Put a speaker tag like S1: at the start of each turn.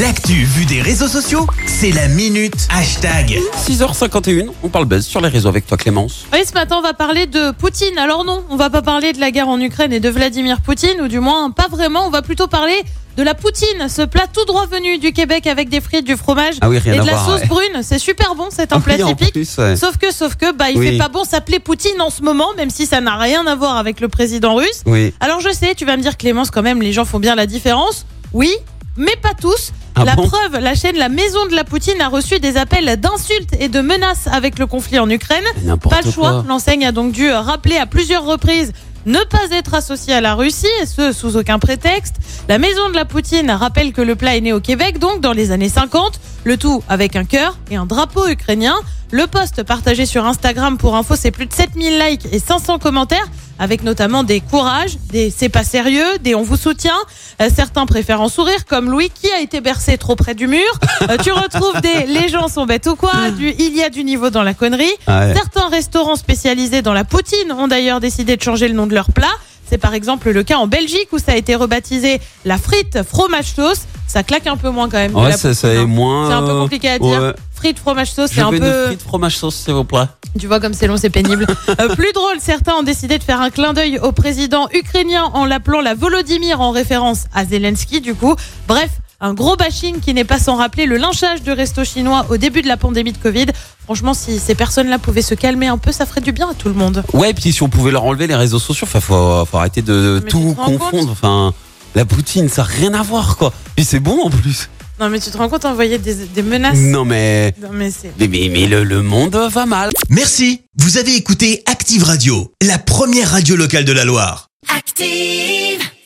S1: L'actu vue des réseaux sociaux, c'est la minute hashtag.
S2: 6h51, on parle buzz sur les réseaux avec toi Clémence.
S3: Oui, ce matin, on va parler de Poutine. Alors non, on va pas parler de la guerre en Ukraine et de Vladimir Poutine, ou du moins pas vraiment. On va plutôt parler de la poutine, ce plat tout droit venu du Québec avec des frites, du fromage
S2: Ah oui, rien
S3: et de
S2: à
S3: la
S2: voir,
S3: sauce
S2: ouais.
S3: brune. C'est super bon, c'est un
S2: Ah oui,
S3: plat
S2: en
S3: typique.
S2: plus, ouais.
S3: Sauf que, sauf que, bah, il
S2: Oui.
S3: fait pas bon s'appeler Poutine en ce moment, même si ça n'a rien à voir avec le président russe.
S2: Oui.
S3: Alors je sais, tu vas me dire Clémence quand même, les gens font bien la différence. Oui, mais pas tous.
S2: Ah
S3: la
S2: bon
S3: preuve, la chaîne La Maison de la Poutine a reçu des appels d'insultes et de menaces avec le conflit en Ukraine.
S2: N'importe
S3: Pas le choix,
S2: quoi.
S3: l'enseigne a donc dû rappeler à plusieurs reprises ne pas être associée à la Russie, et ce, sous aucun prétexte. La Maison de la Poutine rappelle que le plat est né au Québec, donc dans les années 50, le tout avec un cœur et un drapeau ukrainien. Le post partagé sur Instagram pour info, c'est plus de 7000 likes et 500 commentaires, avec notamment des courages, des c'est pas sérieux, des on vous soutient. Euh, certains préfèrent en sourire, comme Louis qui a été bercé trop près du mur. Euh, tu retrouves des les gens sont bêtes ou quoi, du il y a du niveau dans la connerie.
S2: Ah ouais.
S3: Certains restaurants spécialisés dans la poutine ont d'ailleurs décidé de changer le nom de leur plat. C'est par exemple le cas en Belgique où ça a été rebaptisé la frite fromage sauce. Ça claque un peu moins quand même. que
S2: Ouais,
S3: la
S2: ça, ça
S3: poutine,
S2: est
S3: hein.
S2: moins.
S3: C'est un peu
S2: euh,
S3: compliqué à dire.
S2: ouais.
S3: Frite fromage sauce,
S2: Je
S3: c'est un
S2: veux
S3: peu.
S2: une frite fromage sauce, s'il vous plaît.
S3: Tu vois comme c'est long, c'est pénible. Euh, plus drôle, certains ont décidé de faire un clin d'œil au président ukrainien en l'appelant la Volodymyr en référence à Zelensky du coup. Bref, un gros bashing qui n'est pas sans rappeler le lynchage de resto chinois au début de la pandémie de Covid. Franchement, si ces personnes-là pouvaient se calmer un peu, ça ferait du bien à tout le monde.
S2: Ouais, et puis si on pouvait leur enlever les réseaux sociaux, enfin, faut, faut arrêter de
S3: Mais
S2: tout
S3: tu te rends
S2: confondre. Enfin, la poutine, ça n'a rien à voir, quoi. Puis c'est bon en plus.
S3: Non mais tu te rends compte, envoyer des, des menaces
S2: Non, mais.
S3: Non mais c'est...
S2: Mais, mais- mais le, le monde va mal.
S1: Merci, vous avez écouté Active Radio, la première radio locale de la Loire.
S4: Active.